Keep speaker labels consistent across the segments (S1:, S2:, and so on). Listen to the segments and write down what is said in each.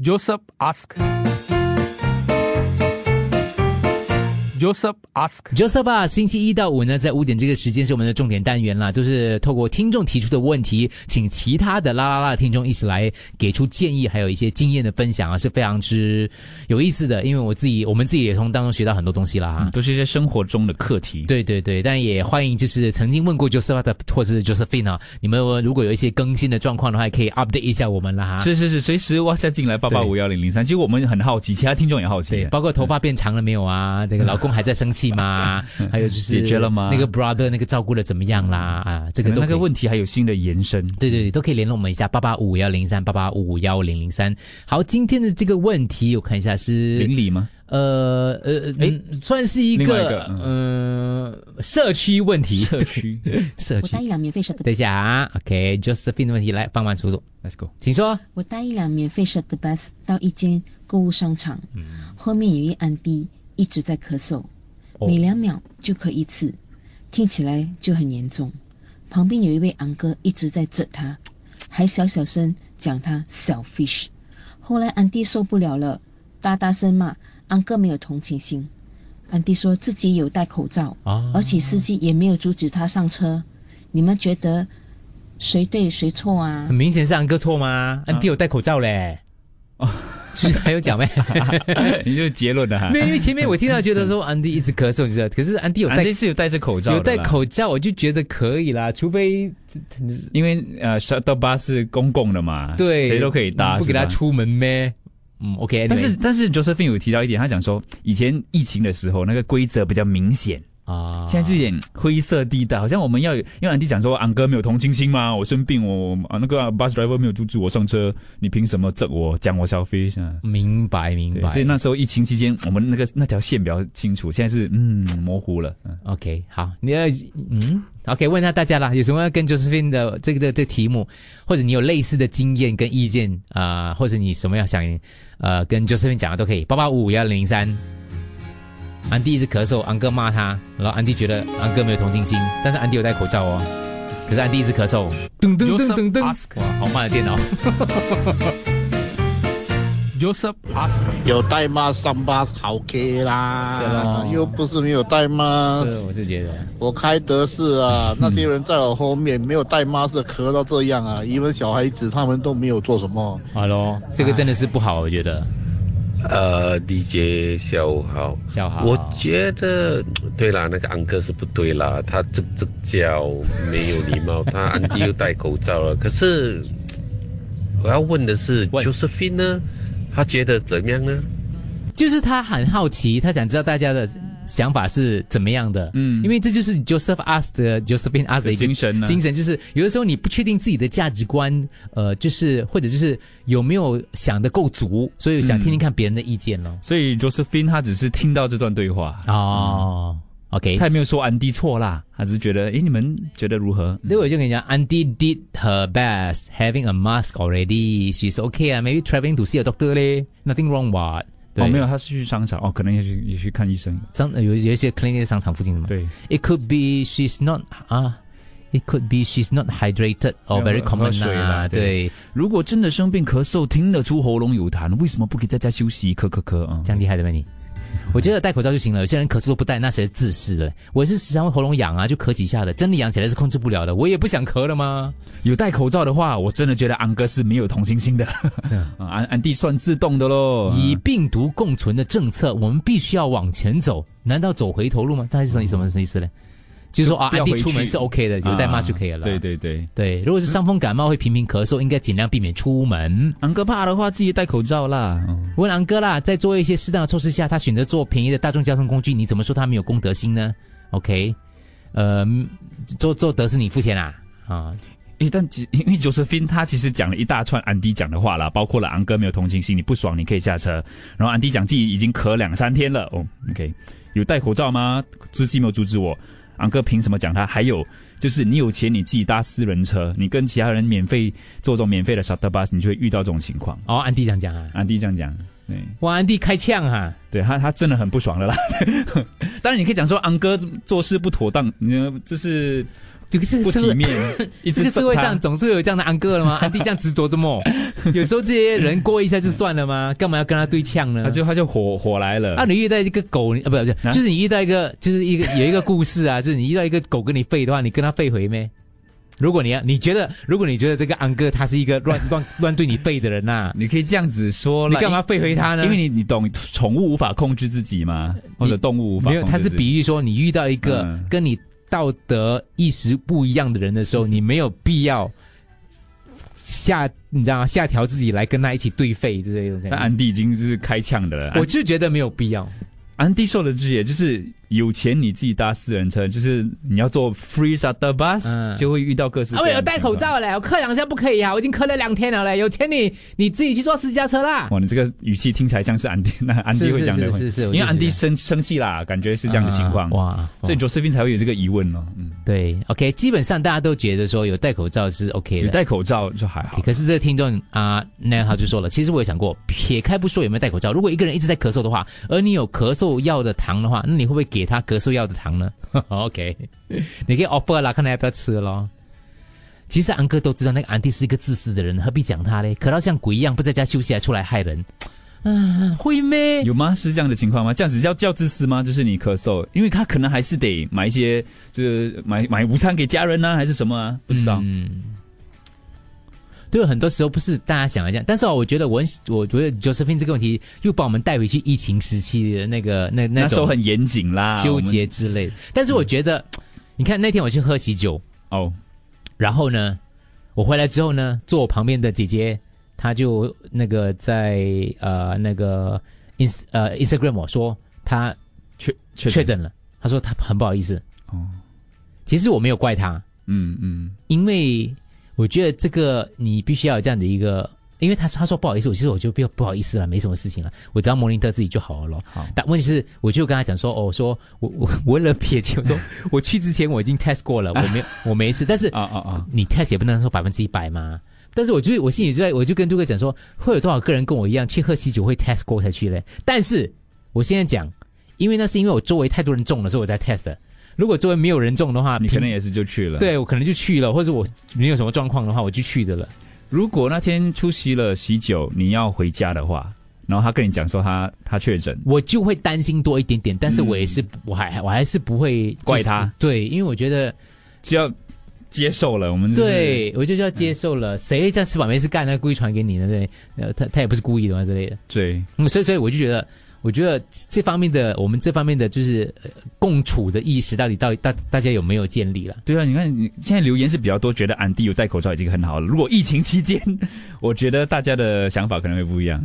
S1: Joseph ask. Joseph ask.
S2: Joseph 啊，星期一到五呢，在五点这个时间是我们的重点单元啦，就是透过听众提出的问题，请其他的啦啦啦的听众一起来给出建议，还有一些经验的分享啊，是非常之有意思的。因为我自己，我们自己也从当中学到很多东西啦。
S3: 都是一些生活中的课题。
S2: 对对对，但也欢迎就是曾经问过 Joseph 的或者是 Josephine 啊，你们如果有一些更新的状况的话，也可以 update 一下我们啦哈。
S3: 啊是是是，随时哇塞进来八八五幺零零三。其实我们很好奇，其他听众也好
S2: 对，
S3: 奇。啊
S2: 包括头发变长了没有啊？这个老公还在生气 吗？还有就是
S3: 解决了吗
S2: 那个 brother 那个照顾的怎么样啦？啊，这
S3: 可
S2: 个
S3: 能
S2: 都
S3: 那
S2: 可以
S3: 个问题还有新的延伸。
S2: 对对对，都可以联络我们一下，八八五幺零三，八八五幺零零三。好，今天的这个问题，我看一下是
S3: 邻里吗？
S2: 呃呃，哎、算是一
S3: 另外一
S2: 个
S3: 个嗯
S2: 呃社区问题，
S3: 社区
S2: 社
S4: 我
S2: 区
S4: 带。一辆免费设的，
S2: 等一下啊，OK，Josephine、的问题来帮忙叔叔，
S3: ，Let's go。
S2: 请说。
S4: 我带一辆免费设的 bus 到一间购物商场，后面有一安迪一直在咳嗽，每两秒就咳一次，听起来就很严重。旁边有一位昂哥一直在责他，还小小声讲他 selfish。后来安迪受不了了，大大声骂昂哥没有同情心。安迪说自己有戴口罩，
S2: 啊
S4: 而且司机也没有阻止他上车。你们觉得谁对谁错啊
S2: 很？明显是安哥错
S3: 啊
S2: 吗？安 P 有戴口罩嘞。哦，还有 讲没？
S3: 你就结论了哈
S2: 没。有，因为前面我听到觉得说安迪一直咳嗽，就是，可是安迪有
S3: 安
S2: 戴
S3: 迪啊是有戴着口罩的
S2: 有
S3: 啦，
S2: 戴口罩，我就觉得可以啦，除非
S3: 因为呃，shuttle bus 是公共的嘛，
S2: 对，
S3: 谁都可以搭，
S2: 不给他
S3: 是吧。
S2: 出门咩？嗯，OK，
S3: 但是
S2: anyway
S3: 但是 Josephine 有提到一点，他讲说以前疫情的时候那个规则比较明显，
S2: 啊，
S3: 现在就有点灰色地带，好像我们要有，因为安迪讲说昂哥没有同情心嘛，我生病我我啊那个 bus driver 没有阻止我上车，你凭什么责我讲我 selfish 啊？
S2: 明白明
S3: 对
S2: 白，
S3: 所以那时候疫情期间，我们那个那条线比较清楚，现在是嗯模糊了。嗯
S2: OK 好，你要嗯 OK 问一下大家啦，有什么要跟 Josephine 的这个这个这个题目，或者你有类似的经验跟意见啊、呃或者你什么要想呃跟 Josephine 讲的都可以，八八五五幺零零三。安迪一直咳嗽，安哥骂他，然后安迪觉得安哥没有同情心，但是安迪有戴口罩哦，可是安迪一直咳嗽，噔噔
S1: Joseph
S2: 噔噔噔，
S1: ask.
S2: 哇，好慢的电脑。
S1: Joseph ask.
S5: 有带吗？上巴好 K 啦，
S2: 是啦
S5: 又不是没有带吗？
S2: 是，哦我是觉得。
S5: 我开德士 啊，那些人在我后面没有带妈是咳到这样啊，因为小孩子他们都没有做什么。
S2: 好喽，这个真的是不好，我觉得。
S6: 呃，DJ 下午好。
S2: 小豪，
S6: 我觉得，对啦，那个安哥是不对啦，他这这叫没有礼 貌，他安迪又戴口罩了。可是，我要问的是
S2: 问
S6: ，Josephine 呢？他觉得怎么样呢？
S2: 就是他很好奇，他想知道大家的想法是怎么样的。嗯，因为这就是 Joseph asked 的 Josephine asked 的一个
S3: 精神呢啊
S2: 精神就是有的时候你不确定自己的价值观，呃，就是或者就是有没有想的够足，所以想听听看别人的意见咯。
S3: 所以 Josephine 她只是听到这段对话，
S2: 哦，OK，
S3: 她也没有说安迪错啦，她只是觉得，诶，你们觉得如何？嗯
S2: 对，我就跟你讲，Andy did her best, having a mask already. She's okay 啊，maybe traveling to see a doctor 嘞，nothing wrong what？
S3: 哦，没有，她是去商场，哦，可能也去也去看医生。
S2: 商有有一些 clinic 商场附近的嘛。
S3: 对
S2: It could be she's not 啊、It could be she's not hydrated or
S3: 没
S2: very
S3: 有喝
S2: common
S3: 水
S2: 啊，
S3: 啦对
S2: 对，
S3: 如果真的生病咳嗽，听得出喉咙有痰，为什么不可以在家休息？咳咳咳啊！
S2: 这样厉害的吗你？我觉得戴口罩就行了，有些人咳嗽都不戴，那谁自私了？我是时常会喉咙痒啊，就咳几下的，真的痒起来是控制不了的，我也不想咳了吗？
S3: 有戴口罩的话，我真的觉得安哥是没有同情心的。
S2: 嗯
S3: 啊安安迪算自动的喽。
S2: 以病毒共存的政策，我们必须要往前走，难道走回头路吗？他是什么什么意思呢？就是说啊，
S3: 不要
S2: 安迪
S3: 回去
S2: 出门是 OK 的，有戴 mask 就可以了。
S3: 啊对对对，
S2: 对，如果是伤风感冒会频频咳嗽，应该尽量避免出门。
S3: 安哥怕的话，自己戴口罩啦。嗯
S2: 文朗哥啦，在做一些适当的措施下，他选择坐便宜的大众交通工具，你怎么说他没有公德心呢？OK，呃，嗯做做德是你付钱啊？啊，
S3: 诶，但其因为 Josephine 她其实讲了一大串安迪讲的话啦，包括了昂哥没有同情心，你不爽你可以下车。然后安迪讲自己已经咳两三天了，哦，OK，有戴口罩吗？司机没有阻止我。昂哥凭什么讲他？还有就是你有钱你自己搭私人车，你跟其他人免费坐这种免费的 shuttle bus，你就会遇到这种情况。
S2: 哦，安迪讲讲啊，
S3: 安迪这样讲，对
S2: 哇，安迪开枪啊哈、
S3: 对，他他真的很 不爽的啦。当然你可以讲说昂哥做事不妥当，你这是
S2: 这个是
S3: 不
S2: 社
S3: 体
S2: 会，
S3: 面， 一
S2: 这
S3: 直
S2: 个社会
S3: 整他嗯
S2: 上总是有这样的安哥了吗？安迪这样执着这 么，有时候这些人过一下就算了吗？干嘛要跟他对呛呢？
S3: 他就他就火火来了。
S2: 啊，你遇到一个狗，啊，不是，
S3: 啊
S2: 就是你遇到一个，就是一个有一个故事 啊，就是你遇到一个狗跟你吠的话，你跟他吠回咩？如果你要，你觉得，如果你觉得这个安哥他是一个 乱乱乱啊对你吠的人呐、
S3: 你可以这样子说啦，
S2: 你干嘛背回他呢
S3: 因为你你懂，宠物无法控制自己嘛，或者动物无法
S2: 没
S3: 控制
S2: 有，
S3: 自己。
S2: 他是比喻说你遇到一个
S3: 嗯
S2: 跟你道德意识不一样的人的时候，你没有必要下，你知道吗？下调自己来跟他一起对吠之类的
S3: 但
S2: 感觉。
S3: 安迪已经是开枪的了。
S2: 我
S3: 安
S2: 就觉得没有必要。
S3: 安迪受的制约就是有钱你自己搭私人车，就是你要坐 free shuttle bus，、
S2: 嗯
S3: 就会遇到各式各样的情况。
S2: 嘞，我咳两下不可以啊，我已经咳了两天了嘞，有钱你你自己去坐私家车啦。
S3: 哇，你这个语气听起来像是安迪，那安迪
S2: 是
S3: 会
S2: 是
S3: 讲的
S2: 是
S3: 会，
S2: 是是，我
S3: 因为
S2: 就
S3: 安
S2: 觉
S3: 迪
S2: 得
S3: 生生气啦，感觉是这样的情况。
S2: 啊哇，
S3: 所以 Josephine 才会有这个疑问哦。嗯，
S2: 对，OK，基本上大家都觉得说有戴口罩是 OK
S3: 有
S2: 的。
S3: 戴口罩就还好。
S2: 可是这个听众啊，那他就说了，其实我有想过，撇开不说有没有戴口罩，如果一个人一直在咳嗽的话，而你有咳嗽药的糖的话，那你会不会给他咳嗽药的糖呢 ？OK，你可以 offer 啦，看他要不要吃咯。其实安哥都知道那个安迪是一个自私的人，何必讲他嘞？咳到像鬼一样，不在家休息还出来害人，啊，会咩？
S3: 有吗？是这样的情况吗？这样子叫叫自私吗？就是你咳嗽，因为他可能还是得买一些，就是买买午餐给家人呢、还是什么啊？不知道。
S2: 嗯对，很多时候不是大家想的这样，但是、哦、我觉得我很我觉得 Josephine 这个问题又把我们带回去疫情时期的那个那
S3: 那时
S2: 种
S3: 候很啊严谨啦，
S2: 纠结之类的。但是我觉得，你看那天我去喝喜酒，
S3: 我们哦。
S2: 然后呢，我回来之后呢，坐我旁边的姐姐，她就那个在呃那个 ins 呃 Instagram 我说她
S3: 确确
S2: 确，诊了，她说她很不好意思。
S3: 哦，
S2: 其实我没有怪她，
S3: 嗯嗯，
S2: 因为我觉得这个你必须要有这样的一个，因为他他说不好意思，我其实我就不要不好意思了，没什么事情了，我只要模拟特自己就好了咯。
S3: 好
S2: 但问题是，我就跟他讲说，哦，我说我我我为了撇清， 我说我去之前我已经 test 过了，我没有我没事，但是
S3: 啊啊啊，
S2: 你 test 也不能说百分之一百嘛。但是我就我心里就在，我就跟杜哥讲说，会有多少个人跟我一样去喝喜酒会 test 过才去嘞？但是我现在讲，因为那是因为我周围太多人中了，所以我在 test 的。如果周围没有人中的话，
S3: 你可
S2: 平
S3: 能也是就去了。，
S2: 对我可能就去了，或者我没有什么状况的话，我就去的了。
S3: 如果那天出席了喜酒，你要回家的话，然后他跟你讲说他他确诊，
S2: 我就会担心多一点点，但是我也是，我还我还是不会、就是
S3: 嗯怪他。
S2: 对，因为我觉得，
S3: 就要接受了。我们就是，
S2: 对我就要接受
S3: 嗯
S2: 了，谁在吃饱没事干，他故意传给你的，对，呃，他他也不是故意的嘛之类的。
S3: 对，
S2: 嗯，所以所以我就觉得，我觉得这方面的我们这方面的就是、呃共处的意识，到底到底大大家有没有建立了？
S3: 对啊，你看你现在留言是比较多，觉得安迪有戴口罩已经很好了。如果疫情期间， 我觉得大家的想法可能会不一样。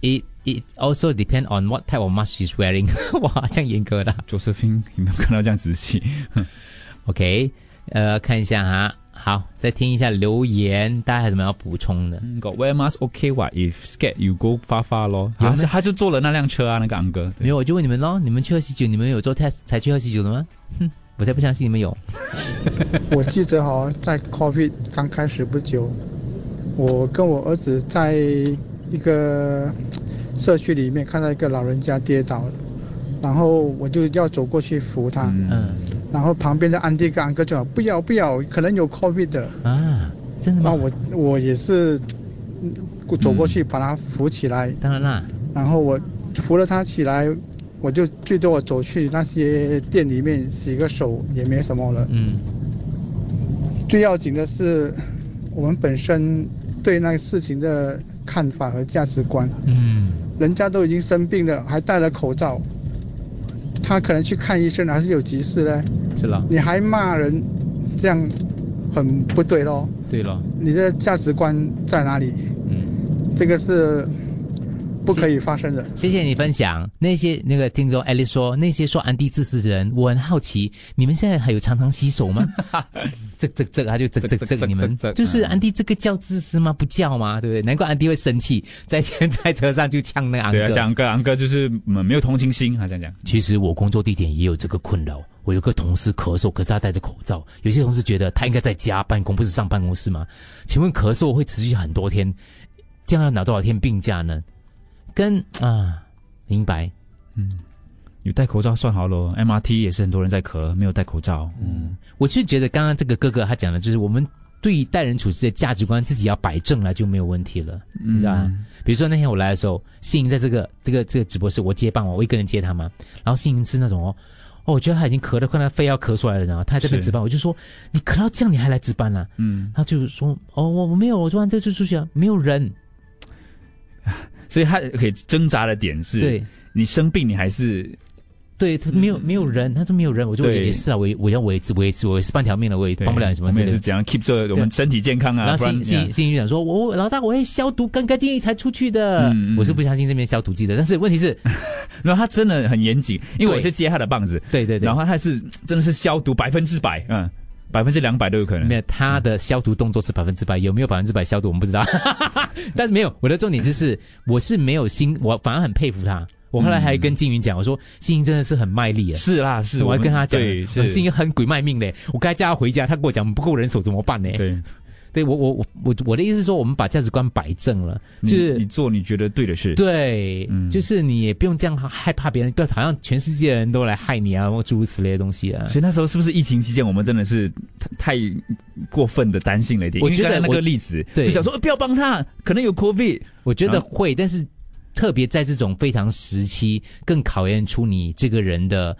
S2: It it also depend on what type of mask she's wearing 。 哇，这样严格的啊。
S3: Josephine 有没有看到这样仔细？
S2: OK，呃，看一下哈，好，再听一下留言，大家还有什么要补充的？
S3: 嗯 Got wear mask OK 哇？If scared you go far far 咯。
S2: 有
S3: 啊，
S2: 咩
S3: 这他就坐了那辆车啊，那个昂哥。
S2: 没有，我就问你们喽，你们去喝喜酒，你们有做 test 才去喝喜酒的吗？哼，我才不相信你们有。
S7: 我记得哈、哦，在 COVID 刚开始不久，我跟我儿子在一个社区里面看到一个老人家跌倒了，然后我就要走过去扶他，
S3: 嗯，
S2: 嗯
S7: 然后旁边的安迪跟安哥就说不要不要，可能有 COVID 的，
S2: 啊，真的
S7: 那
S2: 吗？
S7: 我我也是嗯走过去把他扶起来，
S2: 当然啦，
S7: 然后我扶了他起来，我就最多我走去那些店里面洗个手也没什么了。
S2: 嗯
S7: 最要紧的是，我们本身对那个事情的看法和价值观。
S2: 嗯
S7: 人家都已经生病了，还戴了口罩，他可能去看医生还是有急事嘞，
S2: 是了，
S7: 你还骂人，这样很不对咯。
S2: 对了，
S7: 你的价值观在哪里？
S2: 嗯，
S7: 这个是不可以发生的。
S2: 谢谢你分享那些那个听众艾丽说那些说安迪自私的人，我很好奇，你们现在还有常常洗手吗？这这这，他就这这
S3: 这这
S2: 这，你们
S3: 这这
S2: 就是
S3: 嗯
S2: 安迪这个叫自私吗？不叫吗？对不对？难怪安迪会生气，在在车上就呛那个昂
S3: 对啊，
S2: 哥。
S3: 讲哥昂哥就是嗯没有同情心，他这样讲。
S2: 其实我工作地点也有这个困扰。我有个同事咳嗽，可是他戴着口罩。有些同事觉得他应该在家办公，不是上办公室吗？请问咳嗽会持续很多天，这样要拿多少天病假呢？跟啊，明白。
S3: 有戴口罩算好咯 m r t 也是很多人在咳，没有戴口罩。嗯，
S2: 我是觉得刚刚这个哥哥他讲的，就是我们对待人处事的价值观自己要摆正了就没有问题了，你知道吗？比如说那天我来的时候，信莹在这个 这个这个直播室，我接棒嘛，我一个人接他嘛，然后信莹是那种哦。哦，我觉得他已经咳得快，他非要咳出来了，然后他还在那边
S3: 是
S2: 值班，我就说你咳到这样，你还来值班啦、
S3: 嗯，
S2: 他就说哦，我我没有，我做完这就出去了，没有人。
S3: 所以他可以挣扎的点是，
S2: 对
S3: 你生病你还是
S2: 对，他没有、没有人，他说没有人，我就
S3: 嗯对
S2: 也是啊，我也我要我也是我也是我也是半条命了，我也帮不了你什么
S3: 我
S2: 之
S3: 们
S2: 类
S3: 也
S2: 的
S3: 是。怎样 keep 着我们身体健康啊，
S2: 然
S3: 不
S2: 后
S3: 然
S2: 心心心里想说，我我老大我会消毒干干净净才出去的，
S3: 嗯嗯
S2: 我是不相信这边消毒剂的，但是问 题是，
S3: 然后他真的很严谨，因为我
S2: 对
S3: 是接他的棒子，
S2: 对对对
S3: 然，后他是真的是消毒百分之百，嗯，百分之两百都有可能
S2: 没。有他的消毒动作是百分之百，有没有百分之百消毒我们不 知道，但是没有，我的重点就是我是没有心，我反而很佩服他。我后来还跟金云讲，我说金云真的是很卖力啊，
S3: 是啦，是
S2: 我还
S3: 们
S2: 跟他讲，
S3: 对，
S2: 我
S3: 是
S2: 是一个很鬼卖命的。我刚才叫他回家，他跟我讲不够人手怎么办呢？
S3: 对，
S2: 对我我我我我的意思是说，我们把价值观摆正了，就
S3: 嗯你你
S2: 是
S3: 做你觉得对的事，
S2: 对，
S3: 嗯
S2: 就是你也不用这样害怕别人，不要好像全世界的人都来害你啊，或诸如此类的东西啊。
S3: 所以那时候是不是疫情期间，我们真的是太太过分的担心了一点？
S2: 我觉得
S3: 因为刚才那
S2: 我
S3: 个例子，
S2: 对
S3: 就想说、呃不要帮他，可能有 COVID，
S2: 我觉得
S3: 然
S2: 会，但是特别在这种非常时期，更考验出你这个人的。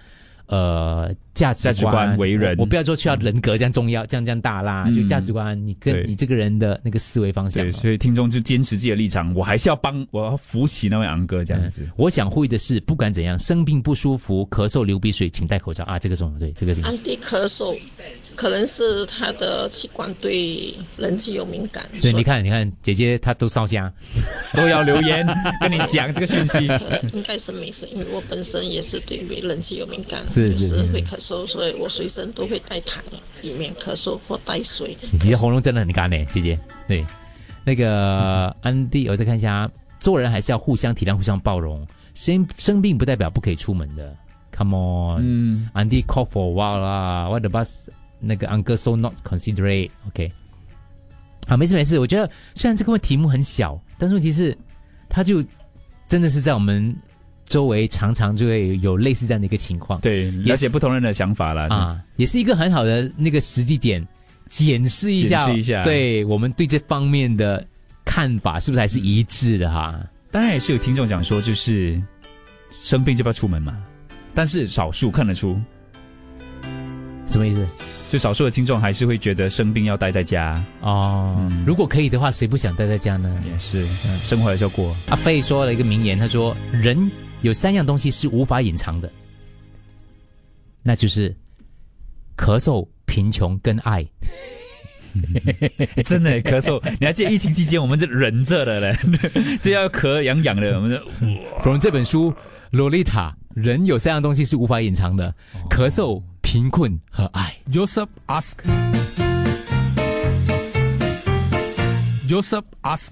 S2: 呃，价值
S3: 价值观为人
S2: 我，我不要说去到人格这样重要，这样这样大啦，
S3: 嗯
S2: 就价值观，你跟
S3: 对
S2: 你这个人的那个思维方向
S3: 对，
S2: 啊。
S3: 所以听众就坚持自己的立场，我还是要帮，我要扶起那位昂哥这样子。
S2: 我想呼吁的是，不管怎样，生病不舒服、咳嗽、流鼻水，请戴口罩啊！这个重要，对这个地方
S8: 安迪咳嗽，可能是他的器官对人体有敏感。
S2: 对，
S8: 所
S2: 你
S8: 以
S2: 看，你看，姐姐她都烧香，啊
S3: 都要留言跟你讲这个信 息。
S8: 咳应该是没事，因为我本身也是对于人体有敏感，
S2: 是是
S8: 有时会咳嗽，所以我随身都会带痰，以免咳嗽或带水。
S2: 你的喉咙真的很干嘞，姐姐。对，那个安迪，我再看一下啊，做人还是要互相体谅、互相包容。生生病不代表不可以出门的，Come on，
S3: 嗯，
S2: 安迪 call for a while 啦，What about 那个 Uncle so not considerate？OK，、好，没事没事。我觉得虽然这个问题目很小，但是问题是，它就真的是在我们周围常常就会有类似这样的一个情况
S3: 对，了解不同人的想法啦。
S2: 啊，也是一个很好的那个实际点，检视一下，
S3: 检视一下
S2: 对我们对这方面的看法是不是还是一致的哈、
S3: 当然也是有听众讲说，就是生病就不要出门嘛，但是少数看得出，
S2: 什么意思？
S3: 就少数的听众还是会觉得生病要待在家，
S2: 哦，
S3: 嗯
S2: 如果可以的话，谁不想待在家呢？
S3: 也是生活还是要 过。
S2: 阿飞说了一个名言，他说：“人有三样东西是无法隐藏的，那就是咳嗽、贫穷跟爱。
S3: 欸真的咳嗽，你还记得疫情期间我们这忍着的嘞，这要咳痒痒 的，我们就，
S2: ”From 这本书《洛丽塔》，人有三样东西是无法隐藏的：咳嗽、贫困和爱。
S1: 哦 Joseph ask. Joseph ask.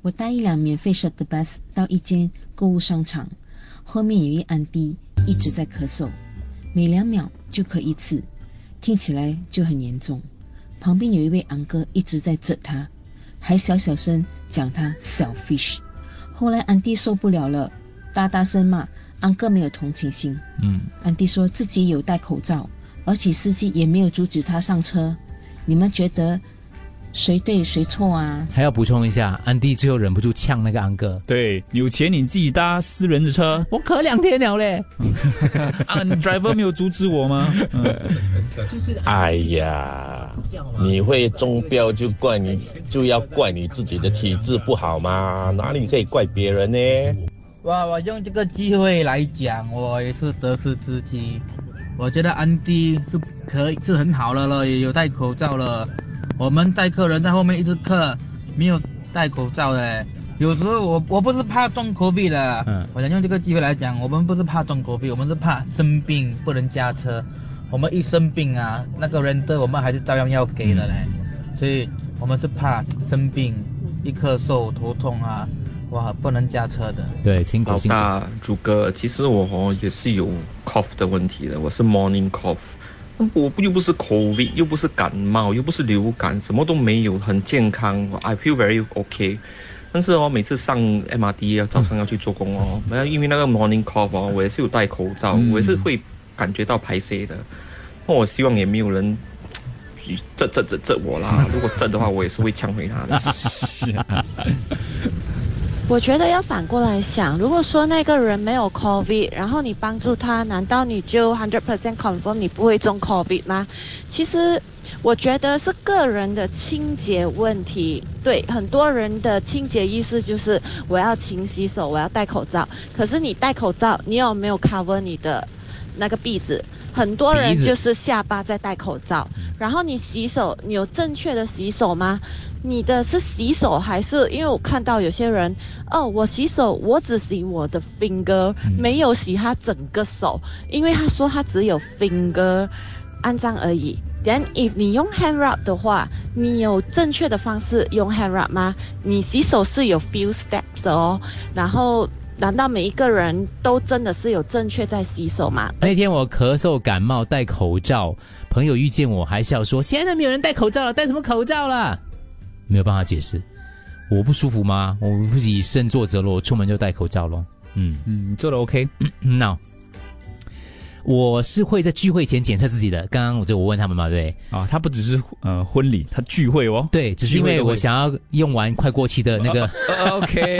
S4: 我搭一辆免费 shuttle bus 到一间购物商场，后面有一安迪一直在咳嗽，每两秒就咳一次，听起来就很严重。旁边有一位昂哥一直在整他，还小小声讲他 selfish。后来安迪受不了了，大大声骂安哥没有同情心。嗯，安迪说自己有戴口罩，而且司机也没有阻止他上车。你们觉得谁对谁错啊？
S2: 还要补充一下，安迪最后忍不住呛那个安哥
S3: 对，有钱你自己搭私人的车
S2: 我咳两天了嘞。
S3: 啊你，driver 没有阻止我吗？
S9: 哎呀，你会中标就怪你，就要怪你自己的体质不好嘛，哪里可以怪别人呢？
S10: 哇，我用这个机会来讲，我也是得失之机。我觉得安迪是可以是很好了了，也有戴口罩了。我们带客人在后面一直客，没有戴口罩的。有时候我我不是怕中 COVID 的，
S2: 嗯
S10: 我想用这个机会来讲，我们不是怕中 COVID，我们是怕生病不能驾车。我们一生病啊，那个人的我们还是照样要给的嘞。所以我们是怕生病，一咳嗽头痛啊，哇，不能驾车的。
S2: 对，辛苦
S11: 老
S2: 辛苦。
S11: 大朱哥，其实我哦也是有 cough 的问题的，我是 morning cough，那我不又不是 covid，又不是感冒，又不是流感，什么都没有，很健康我，I feel very okay。但是哦，每次上 MRT 啊要早上要去做工哦，那、因为那个 morning call 哦，我也是有戴口罩，
S3: 嗯
S11: 我也是会感觉到排泄的。那我希望也没有人。这这这这我啦！如果这的话，我也是会呛回他的。是啊，
S12: 我觉得要反过来想，如果说那个人没有 COVID，然后你帮助他，难道你就 hundred percent confirm 你不会中 COVID 吗？其实我觉得是个人的清洁问题。对，很多人的清洁意识就是我要勤洗手，我要戴口罩。可是你戴口罩，你有没有 cover 你的那个鼻子？很多人
S13: 鼻子
S12: 就是。是下巴在戴口罩，然后你洗手，你有正确的洗手吗？你的是洗手还是？因为我看到有些人，哦，我洗手，我只洗我的 finger，、没有洗他整个手，因为他说他只有 finger 肮脏而已。Then if 你用 hand rub 的话，你有正确的方式用 hand rub 吗？你洗手是有 few steps 的哦，然后难道每一个人都真的是有正确在洗手吗？
S2: 那天我咳嗽感冒戴口罩，朋友遇见我还笑说：“现在没有人戴口罩了，戴什么口罩了？”没有办法解释，我不舒服吗？我不是以身作则咯，我出门就戴口罩咯。嗯
S3: 嗯，做的 OK。
S2: 那我是会在聚会前检测自己的。刚刚我就我问他们嘛，对
S3: 啊，他不只是呃婚礼，他聚会哦。
S2: 对，只是因为我想要用完快过期的那 个。
S3: OK，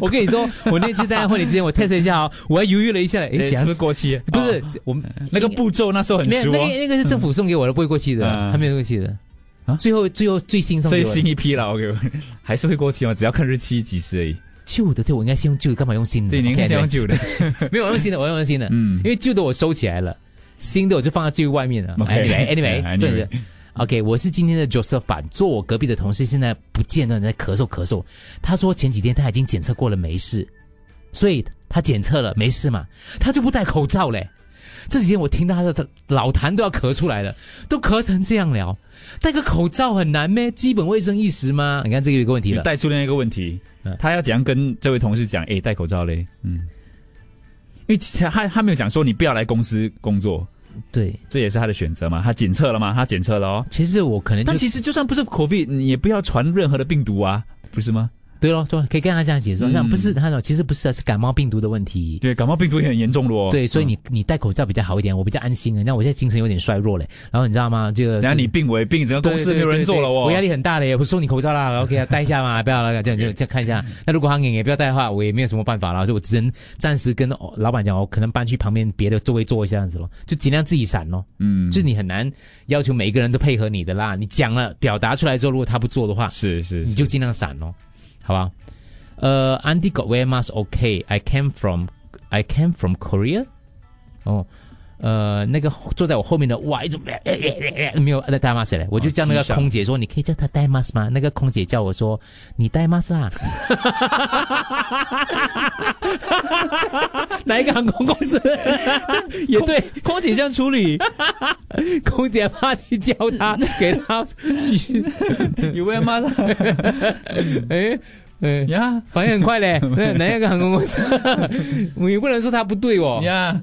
S2: 我跟你说，我那次在婚礼之前，我 test 了一下哦，我还犹豫了一下，诶，
S3: 诶
S2: 怎样
S3: 是不是过期？哦
S2: 不是我
S3: 那个步骤那时候很
S2: 没有，
S3: 熟
S2: 那
S3: 哦
S2: 个那个是政府送给我的，不会过期的，
S3: 嗯啊
S2: 还没有过期的。最后最后最新送给我
S3: 最
S2: 的
S3: 新一批了，OK，还 是会过期哦，只要看日期几时而已。嗯
S2: 旧的，对我应该先用旧的，干嘛用新的？对，
S3: 你应该先用旧的。
S2: 没有，我用新的，我用新的。嗯，因为旧的我收起来了，新的我就放在最外面了。
S3: OK
S2: Anyway，Anyway，
S3: Yeah，
S2: 对
S3: anyway
S2: 的。OK，我是今天的 Joseph 版，坐我隔壁的同事现在不间断地在咳嗽咳嗽。他说前几天他已经检测过了，没事，所以他检测了没事嘛，他就不戴口罩嘞。这几天我听到他的老痰都要咳出来了，都咳成这样了，戴个口罩很难咩？基本卫生意识吗？你看这个有一个问题
S3: 你
S2: 了。嗯
S3: 带出另外一个问题，他要怎样跟这位同事讲？诶，哎戴口罩嘞，嗯，因为其实他他没有讲说你不要来公司工作，
S2: 对，
S3: 这也是他的选择嘛，他检测了嘛，他检测了哦。
S2: 其实我可能
S3: 但其实就算不是 COVID，你也不要传任何的病毒啊，不是吗？
S2: 对咯，对，可以跟他这样解说，
S3: 嗯
S2: 像不是他说，其实不是啊，是感冒病毒的问题。
S3: 对，感冒病毒也很严重的哦。
S2: 对，所以你、你戴口罩比较好一点，我比较安心了。啊那我现在精神有点衰弱嘞，然后你知道吗？这个
S3: 然后你病危病，整个公司
S2: 对
S3: 没
S2: 对
S3: 有人
S2: 对
S3: 做了哦。
S2: 我压力很大嘞，我送你口罩啦，OK 啊，戴一下嘛，不要了，这样就这样看一下。
S3: 嗯
S2: 那如果他硬也不要戴的话，我也没有什么办法了，所以我只能暂时跟哦老板讲，我可能搬去旁边别的座位坐一下这样子咯，就尽量自己闪咯。
S3: 嗯，
S2: 就是你很难要求每一个人都配合你的啦。你讲了表达出来之后，如果他不做的话，
S3: 是是，
S2: 你就尽量闪咯，好吧？呃，Andy got wear mask okay. I came from I came from Korea. 哦，呃，那个坐在我后面的哇，一直没有在戴 mask 嘞，我就叫那个
S3: 机上
S2: 空姐说，你可以叫他戴 mask 吗？那个空姐叫我说，你戴 mask 啦。 哪一个航空公司？ 也对，空姐这样处理， 空姐怕去教他，给 他
S3: 有 wear mask？
S2: 哎 哎
S3: 呀，
S2: 反应很快 嘞，那哪一个航空公司？我也不能说他不对哦
S3: 呀。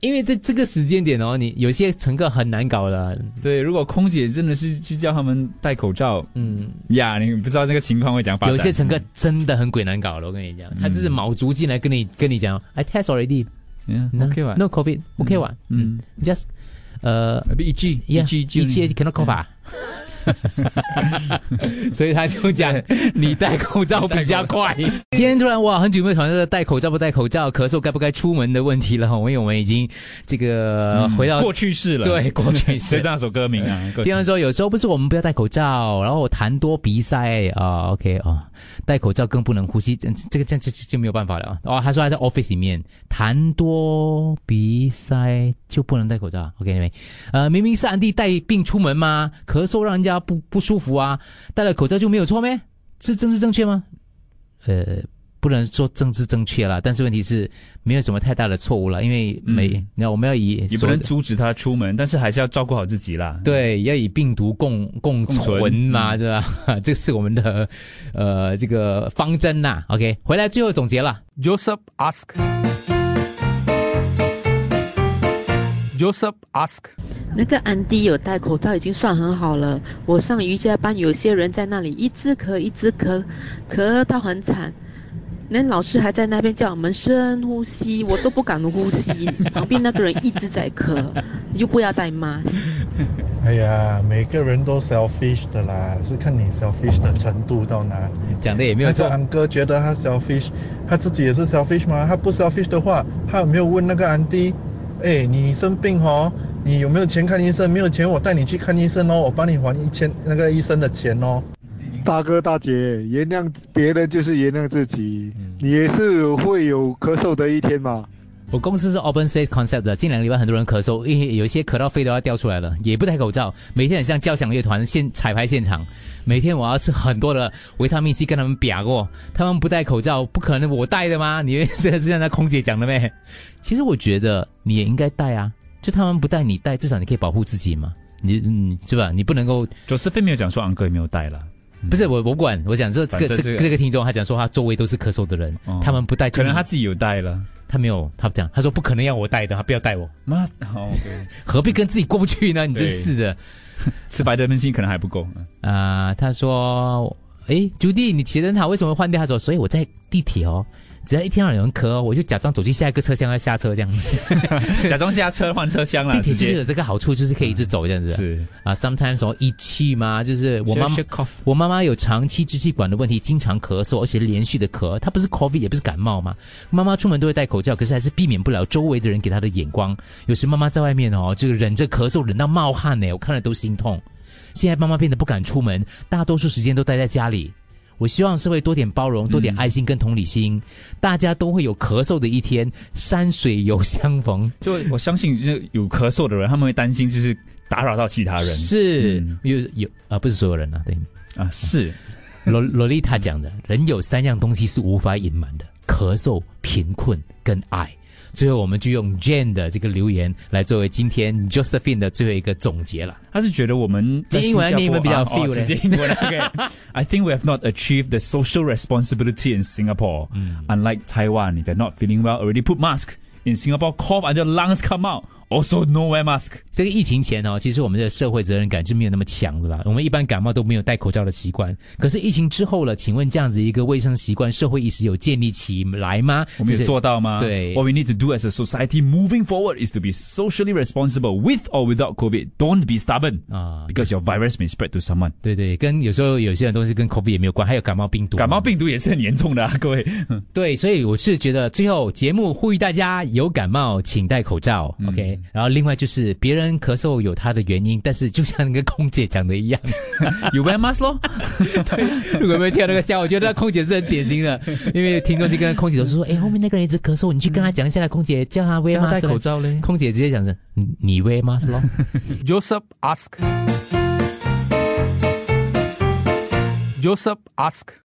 S2: 因为在这个时间点哦，你有些乘客很难搞了。
S3: 对，如果空姐真的是去叫他们戴口罩，
S2: 嗯，
S3: 呀，你不知道这个情况会怎样发展。
S2: 有些乘客真的很鬼难搞了，我跟你讲，他就是卯足劲来跟你跟你讲，I test already，
S3: 嗯，OK 吧
S2: no covid OK 吧，
S3: 嗯
S2: ，just 呃
S3: 一 G
S2: yeah
S3: 一 G
S2: 一 G cannot cover，所以他就讲你戴口罩比较快。今天突然哇，很久没有讨论到戴口罩不戴口罩、咳嗽该不该出门的问题了哈，因为我们已经这个
S3: 嗯
S2: 呃回到
S3: 过去式了，
S2: 对过去式
S3: 所以那首歌名啊，过去
S2: 听人说，有时候不是我们不要戴口罩，然后我痰多鼻塞啊、o k 啊、戴口罩更不能呼吸，这这个这样就就就没有办法了啊。哦，他说他在 office 里面痰多鼻塞就不能戴口罩，OK 没？呃，明明是安迪带病出门吗？咳嗽让人家不不舒服啊，戴了口罩就没有错咩？这政治正确吗？呃，不能说政治正确啦，但是问题是没有什么太大的错误了，因为没，
S3: 嗯
S2: 那、我们要以
S3: 也不
S2: 所谓
S3: 能
S2: 的
S3: 阻止他出门，但是还是要照顾好自己啦。
S2: 对，要以病毒共共
S3: 共存
S2: 存嘛，对吧？ 这是我们的呃这个方针呐、OK，回来最后总结了
S1: ，Joseph ask，Joseph ask，
S13: 那个安迪有戴口罩已经算很好了。我上瑜伽班，有些人在那里一直咳，一直咳，咳到很惨。那老师还在那边叫我们深呼吸，我都不敢呼吸。 旁边那个人一直在咳，你就不要戴 mask。
S14: 哎呀，每个人都 selfish 的啦，是看你 selfish 的程度到哪里。
S2: 讲的也没有错
S14: 那个安哥觉得他 selfish，他自己也是 selfish 吗？他不 selfish 的话，他有没有问那个安迪？哎，你生病哦，你有没有钱看医生？没有钱，我带你去看医生哦，我帮你还一千那个医生的钱哦。
S15: 大哥大姐，原谅别人就是原谅自己，你也是会有咳嗽的一天嘛。
S2: 我公司是 open space concept 的，近两个礼拜很多人咳嗽，因为有一些咳到肺都要掉出来了，也不戴口罩，每天很像交响乐团现彩排现场，每天我要吃很多的维他命 C 跟他们表过，他们不戴口罩，不可能我戴的吗？你这个是像那空姐讲的咩？其实我觉得你也应该戴啊，就他们不戴你戴，至少你可以保护自己嘛，你嗯是吧？你不能够
S3: 就是非没有讲说昂哥有没有戴了。
S2: 不是我我管，我讲这这
S3: 反
S2: 个
S3: 正
S2: 这
S3: 这
S2: 个
S3: 个
S2: 这个听众，他讲说他周围都是咳嗽的人，
S3: 哦
S2: 他们不戴，
S3: 可能他
S2: 自己有戴了，他没有，他不讲，他说不可能要我戴的，他不要戴我，
S3: 妈，哦，对
S2: 何必跟自己过不去呢？你真
S3: 对
S2: 是的，吃白的明星可能还 不够啊、他说，诶，朱棣，你骑得很好，为什么换掉？他说，所以我在地铁哦。只要一听到有人咳哦，我就假装走进下一个车厢要下车这样。
S3: 假装下车换车厢啦，
S2: 地铁
S3: 直
S2: 就是
S3: 接
S2: 有这个好处，就是可以一直走这样子。是啊，sometimes 哦，一气嘛，就是我妈妈
S3: Shake, shake
S2: 我妈妈有长期支气管的问题，经常咳嗽，而且连续的咳。她不是 COVID 也不是感冒嘛。妈妈出门都会戴口罩，可是还是避免不了周围的人给她的眼光。有时妈妈在外面哦，就忍着咳嗽，忍到冒汗呢，我看了都心痛。现在妈妈变得不敢出门，大多数时间都待在家里。我希望社会多点包容，多点爱心跟同理心，大家都会有咳嗽的一天，山水有相逢。
S3: 就我相信，就是有咳嗽的人，他们会担心就是打扰到其他人。
S2: 是、有有啊，不是所有人啊，对啊是。 罗罗丽塔讲的，人有三样东西是无法隐瞒的：咳嗽、贫困跟爱。最后，我们就用 Jane 的这个留言来作为今天 Josephine 的最后一个总结了。
S3: 他是觉得我们在
S2: 英文
S3: 新加坡
S2: 英文比较
S3: 啊
S2: feel
S3: 哦直接
S2: 嘞
S3: 英 文。OK, I think we have not achieved the social responsibility in Singapore.
S2: Mm.
S3: Unlike Taiwan, if you're not feeling well, already put mask. In Singapore, cough until lungs come out. Also, no wear mask.
S2: 这个疫情前哦，其实我们的社会责任感是没有那么强的啦。我们一般感冒都没有戴口罩的习惯，可是疫情之后了，请问这样子一个卫生习惯、社会意识有建立起来吗？
S3: 我们
S2: 就
S3: 有
S2: 是
S3: 做到吗？
S2: 对，
S3: What we need to do as a society moving forward is to be socially responsible with or without COVID. Don't be stubborn
S2: 啊
S3: ，because your virus may spread to someone.
S2: 对对，跟有时候有些人东西跟 COVID 也没有关，还有感冒病毒。感冒
S3: 病毒也是很严重的、啊，各位。
S2: 对，所以我是觉得最后节目呼吁大家有感冒请戴口罩、o k 然后另外就是别人咳嗽有他的原因，但是就像那个空姐讲的一样
S3: ，You wear mask 咯。
S2: 对， 如果没有听到那个笑，我觉得那空姐是很典型的，因为听众就跟空姐都说，哎，后面那个人一直咳嗽，你去跟他讲一下啦，空姐叫他 wear
S1: 叫他
S2: mask
S1: 戴口
S2: 罩嘞。空姐直接讲是，你你 wear mask 咯。
S1: Joseph ask. Joseph ask.